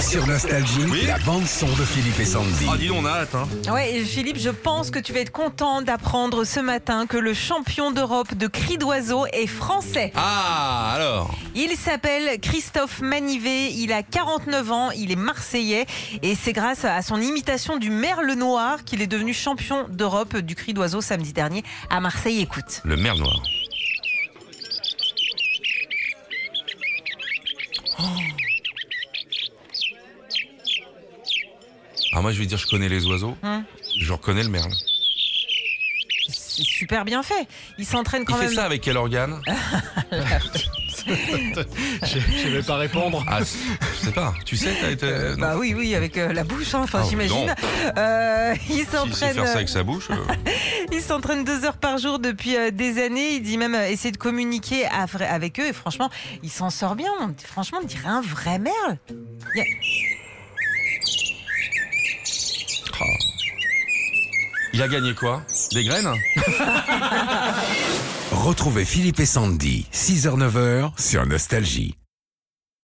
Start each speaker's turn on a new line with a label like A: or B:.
A: Sur Nostalgie,
B: Oui.
A: la bande-son de Philippe et Sandy.
B: Ah, dis donc, on a hâte, hein.
C: Ouais, et Philippe, je pense que tu vas être content d'apprendre ce matin que le champion d'Europe de cri d'oiseau est français.
B: Ah, alors.
C: Il s'appelle Christophe Manivet, il a 49 ans, il est marseillais et c'est grâce à son imitation du merle noir qu'il est devenu champion d'Europe du cri d'oiseau samedi dernier à Marseille. Écoute.
B: Le merle noir. Oh. Ah, moi, je vais dire, je connais les oiseaux.
C: Hmm.
B: Je reconnais le merle.
C: C'est super bien fait. Il s'entraîne
B: Il
C: quand
B: fait
C: même.
B: ça avec quel organe
D: Je je vais pas répondre.
B: Ah, c'est- je sais pas. Tu sais, t'as été. non.
C: Bah oui, oui, avec euh, la bouche, hein, enfin
B: Ah,
C: j'imagine.
B: non.
C: Euh, il
B: S'il sait
C: s'entraîne.
B: faire ça avec sa bouche. euh,
C: Il s'entraîne deux heures par jour depuis euh, des années. Il dit même euh, essayer de communiquer à- avec eux. Et franchement, il s'en sort bien. On- franchement, on dirait un vrai merle. Il y a-
B: ah. Il a gagné quoi Des graines
A: Retrouvez Philippe et Sandy, 6h-9h, sur Nostalgie.